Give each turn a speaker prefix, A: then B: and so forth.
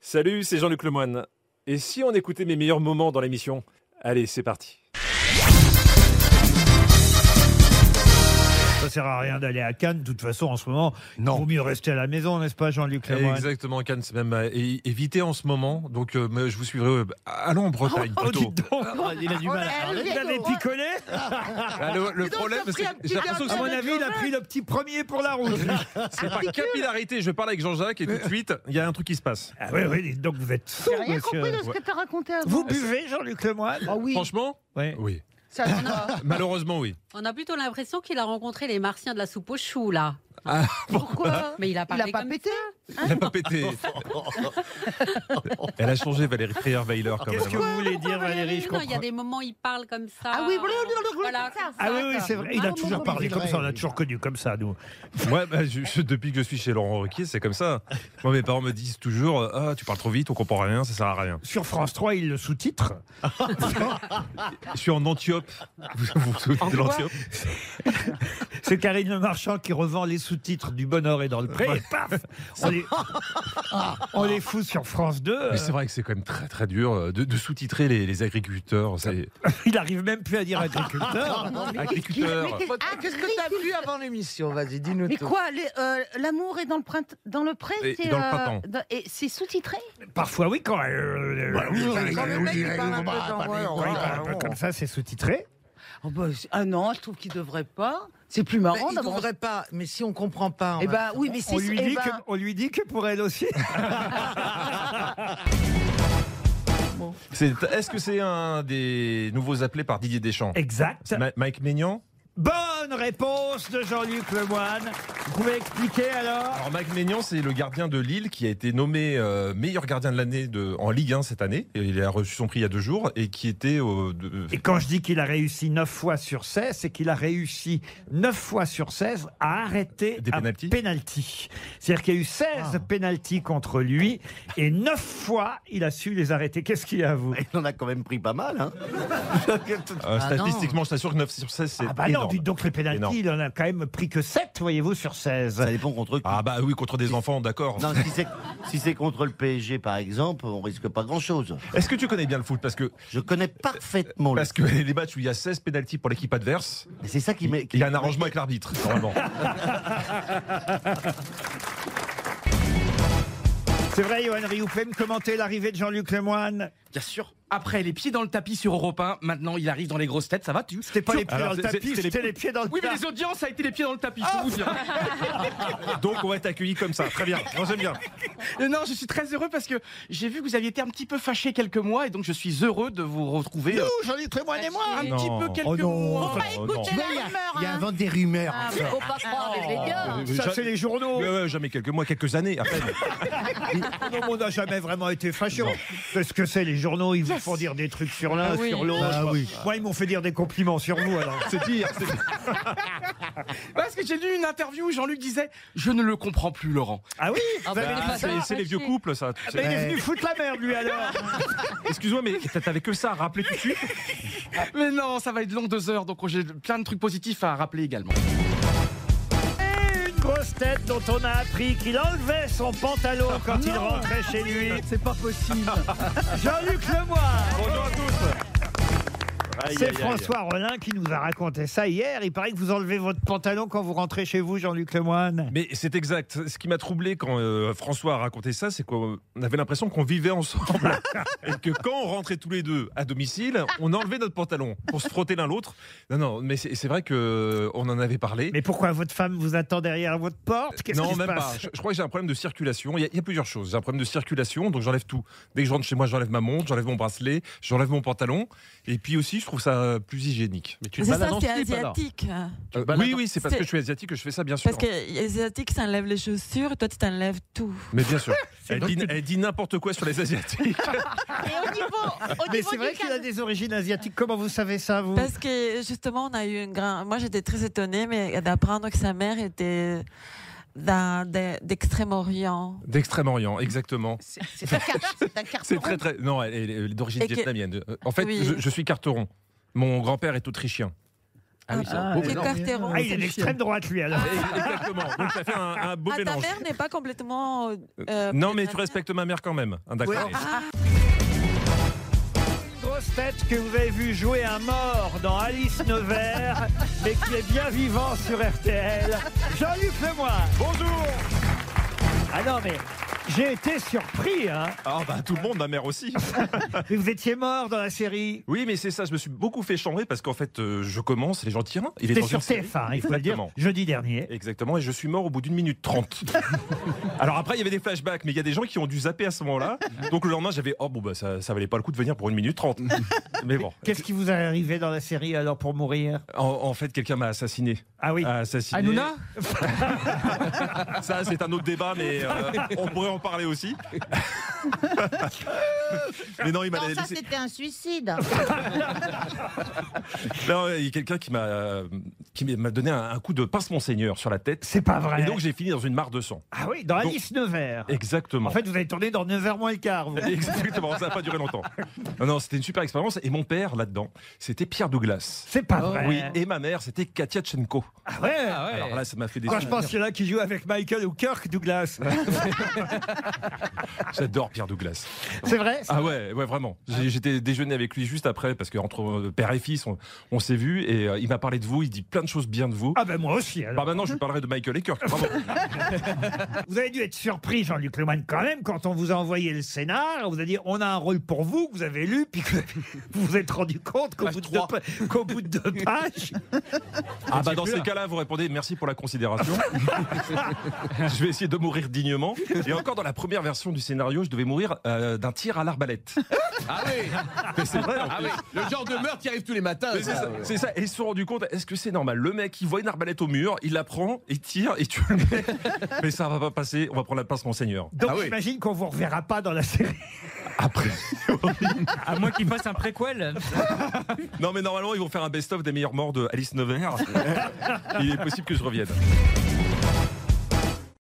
A: Salut, c'est Jean-Luc Lemoine. Et si on écoutait mes meilleurs moments dans l'émission Allez, c'est parti.
B: Ça sert à rien d'aller à Cannes, de toute façon, en ce moment.
C: Non.
B: Vaut mieux rester à la maison, n'est-ce pas, Jean-Luc Lemoyne
D: Exactement, Cannes, c'est même euh, é- évité en ce moment. Donc, euh, mais je vous suivrai. euh, allons en Bretagne
B: Oh,
D: plutôt.
B: dites donc Ah,
E: Il a du mal à parler.
B: Vous avez picolé
D: Ah, le, le problème, c'est
F: ça ferait un
D: que
F: petit
D: j'ai l'impression que
B: À mon avis, il a pris le petit premier pour la route.
D: c'est par capillarité. Je parle avec Jean-Jacques et tout de suite, il y a un truc qui se passe.
B: ah oui, oui, dites donc vous êtes fou,
F: J'ai rien
B: monsieur.
F: compris de ce que t'as raconté avant.
B: Vous buvez, Jean-Luc Lemoyne
F: Ah oui,
D: Franchement
B: Oui.
D: Oui.
F: ça se voit.
D: Malheureusement, oui.
G: On a plutôt l'impression qu'il a rencontré les martiens de la soupe aux choux, là.
B: Ah,
F: Pourquoi
G: Mais il a
F: Il
G: parlé
F: a pas
G: comme
F: pété
D: Elle n'a pas pété. Elle a changé, Valérie Freyer-Weiler, quand
B: Qu'est-ce que
D: même. hein.
B: vous voulez dire, Valérie Je
G: Non, il y a
B: comprends.
G: des moments où il parle comme ça.
F: Ah oui,
G: Voilà.
B: Ah oui, oui, c'est vrai. Il
E: Ah,
B: a
E: non,
B: toujours
E: non,
B: parlé
E: mais
B: comme
E: c'est
B: ça. On
E: vrai,
B: a
E: oui.
B: toujours connu comme ça, nous.
D: Ouais, bah, je- je- depuis que je suis chez Laurent Ruquier, c'est comme ça. Moi, mes parents me disent toujours euh, Ah, tu parles trop vite, on comprend rien, ça sert à rien.
B: Sur France 3, il le sous-titre.
D: Je suis en Antiope. Vous vous souvenez de l'Antiope
B: C'est Karine Le Marchand qui revend les sous-titres du Bonheur et dans le Pré. Et paf on les, on les fout sur France 2.
D: Mais c'est vrai que c'est quand même très très dur euh, de, de sous-titrer les, les agriculteurs. C'est
B: Il arrive même plus à dire
D: Ah,
B: agriculteur.
D: agriculteurs.
E: Ah, Qu'est-ce que t'as vu avant l'émission Vas-y, dis-nous
F: Mais
E: tout.
F: quoi les- euh, L'amour est dans le printemps, dans le pré,
D: Et
F: c'est euh,
D: dans le printemps.
F: dans- et c'est sous-titré.
B: Parfois, oui, quand. euh,
C: Bah, vous direz-
E: Quand le
C: vous
E: mec, il
C: direz-
E: parle un
C: vous
E: peu
C: parlez-
E: dans- ouais,
C: parlez- parlez-
E: on
B: quand
E: va-
B: il
C: parlez-
B: parle un peu comme ça, c'est sous-titré.
F: Oh bah, c'est- ah non, je trouve qu'il devrait pas. C'est plus
E: Bah,
F: marrant
E: il
F: d'avoir.
E: devrait pas, mais si on comprend pas. on
F: Eh
E: va-
F: ben oui, mais c'est
B: On lui,
F: eh
B: dit
F: ben,
B: que, on lui dit que pour elle aussi.
D: C'est- Est-ce que c'est un des nouveaux appelés par Didier Deschamps
B: exact.
D: Ma- Mike Maignan
B: Bonne réponse de Jean-Luc Lemoine. Vous pouvez expliquer alors
D: Alors Mike Maignan, c'est le gardien de Lille qui a été nommé euh, meilleur gardien de l'année de- en Ligue 1 cette année. Et il a reçu son prix il y a deux jours et qui était au, de-
B: et quand je dis qu'il a réussi 9 fois sur 16, c'est qu'il a réussi 9 fois sur 16 à arrêter
D: Des Ah.
B: un
D: pénaltys
B: pénalty. C'est-à-dire qu'il y a eu 16 pénaltys contre lui et 9 fois il a su les arrêter. Qu'est-ce qu'il y a à vous
C: Il en a quand même pris pas mal. Hein.
D: Euh, statistiquement, je t'assure que 9 sur 16, c'est
B: Ah bah non,
D: énorme.
B: dites donc les
D: Énorme.
B: pénaltys, il en a quand même pris que 7, voyez-vous, sur 16.
C: Ça dépend contre qui.
D: Ah bah oui, contre des enfants, d'accord.
C: Non, si c'est si c'est contre le PSG, par exemple, on risque pas grand-chose.
D: Est-ce que tu connais bien le foot Parce que
C: Je connais parfaitement. le-
D: parce que les matchs où il y a 16 pénalties pour l'équipe adverse,
C: Mais C'est ça qui m'est.
D: il y a un arrangement avec l'arbitre, normalement.
B: C'est vrai, Johan Rioux, vous pouvez me commenter l'arrivée de Jean-Luc Lemoine
H: Bien sûr. Après, les pieds dans le tapis sur Europe 1, maintenant il arrive dans les grosses têtes, ça va tu
B: C'était pas les pieds
D: Alors,
B: dans le
D: c'est- c'est-
B: tapis,
D: c'est les-
B: c'était les pieds dans le
H: Oui, mais
B: tas.
H: les audiences, ça a été les pieds dans le tapis,
I: Ah
H: je peux vous dire.
D: Donc on va être accueilli comme ça. Très bien. Moi j'aime bien.
H: Euh, Non, je suis très heureux parce que j'ai vu que vous aviez été un petit peu fâché quelques mois et donc je suis heureux de vous retrouver. euh,
B: Nous, Jean-Luc Lemoyne et moi
H: un
D: Non.
H: petit peu quelques
B: Oh non.
H: mois.
D: Oh, non.
F: c'est la rumeur, hein.
C: des rumeurs.
G: Ah, mais faut pas croire avec les gars.
B: Ça, c'est les journaux. Oh
D: Ouais, ouais, jamais quelques mois, quelques années. à peine.
B: Non, mais on n'a jamais vraiment été fâchés. Parce que c'est les journaux, ils vous font dire des trucs sur
D: Ah
B: l'un, sur l'autre. Moi, ils m'ont fait dire des compliments sur vous, alors.
D: C'est dire. c'est dire.
H: Parce que j'ai lu une interview où Jean-Luc disait Je ne le comprends plus, Laurent.
B: Ah oui vous avez
D: Ah,
B: les
D: c'est c'est les vieux couples, ça. tu sais.
B: mais il est venu foutre la merde, lui, alors
D: Excuse-moi, mais t'avais que ça à rappeler tout de suite.
H: Mais non, ça va être long deux heures, donc j'ai plein de trucs positifs à rappeler également.
B: Une grosse tête dont on a appris qu'il enlevait son pantalon
D: Ah
B: quand il rentrait chez lui. C'est pas possible. Jean-Luc Lemoyne
D: Bonjour à tous.
B: C'est François Rollin qui nous a raconté ça hier. Il paraît que vous enlevez votre pantalon quand vous rentrez chez vous, Jean-Luc Lemoyne.
D: Mais c'est exact. Ce qui m'a troublé quand euh, François a raconté ça, c'est qu'on avait l'impression qu'on vivait ensemble. et que quand on rentrait tous les deux à domicile, on enlevait notre pantalon pour se frotter l'un l'autre. Non, non, mais c'est c'est vrai qu'on en avait parlé.
B: Mais pourquoi votre femme vous attend derrière votre porte Qu'est-ce qui
D: Non,
B: se
D: même pas.
B: passe
D: Je, je crois que j'ai un problème de circulation. Il y, a, il y a plusieurs choses. J'ai un problème de circulation, donc j'enlève tout. Dès que je rentre chez moi, j'enlève ma montre, j'enlève mon bracelet, j'enlève mon pantalon. Et puis aussi, je trouve ça plus hygiénique.
J: Mais tu
K: C'est
J: te balades
K: ça,
J: en
K: c'est
J: slip
K: asiatique.
D: Euh,
J: balades
D: oui,
J: en-
D: oui, c'est parce
K: c'est-
D: que je suis asiatique que je fais ça, bien sûr.
K: Parce que les asiatiques s'enlèvent les chaussures, toi tu t'enlèves tout.
D: Mais bien sûr. elle, dit, elle dit n'importe quoi sur les asiatiques.
F: Et au niveau, au
B: Mais
F: niveau
B: c'est
F: du
B: vrai qu'il a
F: cadre-
B: des origines asiatiques. Comment vous savez ça, vous
K: Parce que justement, on a eu une grande. Moi j'étais très étonnée mais d'apprendre que sa mère était d'un- de- d'Extrême-Orient.
D: D'Extrême-Orient, exactement.
F: C'est c'est un car- c'est un
D: C'est
F: carton.
D: très très. Non, elle, elle est d'origine
K: Et que-
D: vietnamienne. Euh, En fait,
K: Oui.
D: je, je suis carteron. Mon grand-père est autrichien.
C: Ah oui,
K: Ah,
C: c'est
K: Qui est
C: énorme.
K: Carteron.
B: Ah, il est d'extrême droite, lui, alors.
D: Ah. Exactement. Donc ça fait un, un beau
K: Ah, ta
D: mélange.
K: mère n'est pas complètement. euh,
D: Non, mais
K: euh,
D: tu
K: vietnamienne.
D: respectes ma mère quand même. Hein, D'accord.
B: Une grosse tête que vous avez vu jouer un mort dans Alice Nevers, mais qui est bien vivant sur RTL, Jean-Luc Lemoy.
D: Bonjour.
B: Ah non, mais j'ai été surpris, hein.
D: Ah bah tout le monde, ma mère aussi.
B: Mais vous étiez mort dans la série.
D: Oui, mais c'est ça. Je me suis beaucoup fait chambrer parce qu'en fait, euh, je commence, les gens tirent. Il est
B: C'était
D: dans
B: sur
D: une série.
B: TF1, il faut le dire,
D: Exactement.
B: jeudi dernier.
D: Exactement, et je suis mort au bout d'une minute trente. Alors après, il y avait des flashbacks, mais il y a des gens qui ont dû zapper à ce moment-là. Donc le lendemain, j'avais oh bon bah ça, ça valait pas le coup de venir pour une minute trente. Mais bon,
B: Qu'est-ce qui vous est arrivé dans la série alors pour mourir
D: en, en fait, quelqu'un m'a assassiné.
B: Ah oui.
D: A assassiné.
H: Hanouna
D: Ça, c'est un autre débat, mais euh,
B: Ah
D: on pourrait en parler aussi. mais non, il m'a
J: Non, ça,
D: laissé.
J: c'était un suicide.
D: Non, il y a quelqu'un qui m'a euh, qui m'a donné un, un coup de pince monseigneur sur la tête.
B: C'est pas vrai.
D: Et donc j'ai fini dans une mare de sang.
B: ah oui, dans Alice Nevers.
D: Exactement.
B: En fait, vous avez tourné dans 9h moins le quart. vous.
D: Exactement, ça n'a pas duré longtemps. Non, non, c'était une super expérience. Et mon père, là-dedans, c'était Pierre Douglas.
B: C'est pas vrai.
D: Ah Oui, et ma mère, c'était Katia Tchenko.
B: Ah ouais.
D: Alors là, ça m'a fait des.
B: Quand je pense qu'il y en a qui jouent avec Michael ou Kirk Douglas.
D: J'adore Pierre Douglas.
B: C'est vrai
D: Ah ouais, ouais, vraiment. J'ai- J'étais déjeuné avec lui juste après, parce qu'entre euh, père et fils, on, on s'est vu, et euh, il m'a parlé de vous, il dit plein de choses bien de vous.
B: Ah ben moi aussi. alors.
D: Bah maintenant, je vous parlerai de Michael et Kirk. Bravo.
B: Vous avez dû être surpris, Jean-Luc Lemoyne, quand même, quand on vous a envoyé le scénar, on vous a dit on a un rôle pour vous, que vous avez lu, puis que vous vous êtes rendu compte qu'au bout, de deux pa- qu'au bout de deux pages.
D: Ah bah dans ces cas-là, vous répondez merci pour la considération. je vais essayer de mourir dignement. Et encore dans la première version du scénario, je devais mourir euh, d'un tir à l'arbalète.
I: Ah oui,
D: Mais c'est vrai. en
I: ah
D: fait.
I: oui, le genre de meurtre qui arrive tous les
L: Ah
I: matins.
D: Mais C'est
I: ça.
D: ça, c'est ça. Et ils se sont rendus compte, est-ce que c'est normal Le mec, il voit une arbalète au mur, il la prend, il tire et tue le mec. Mais ça va pas passer, on va prendre la pince, monseigneur.
B: Donc
I: Ah oui.
B: j'imagine qu'on vous reverra pas dans la série.
D: Après.
L: À moins qu'il fasse un préquel.
D: Non, mais normalement, ils vont faire un best-of des meilleures morts de Alice Nevers. il est possible que je revienne.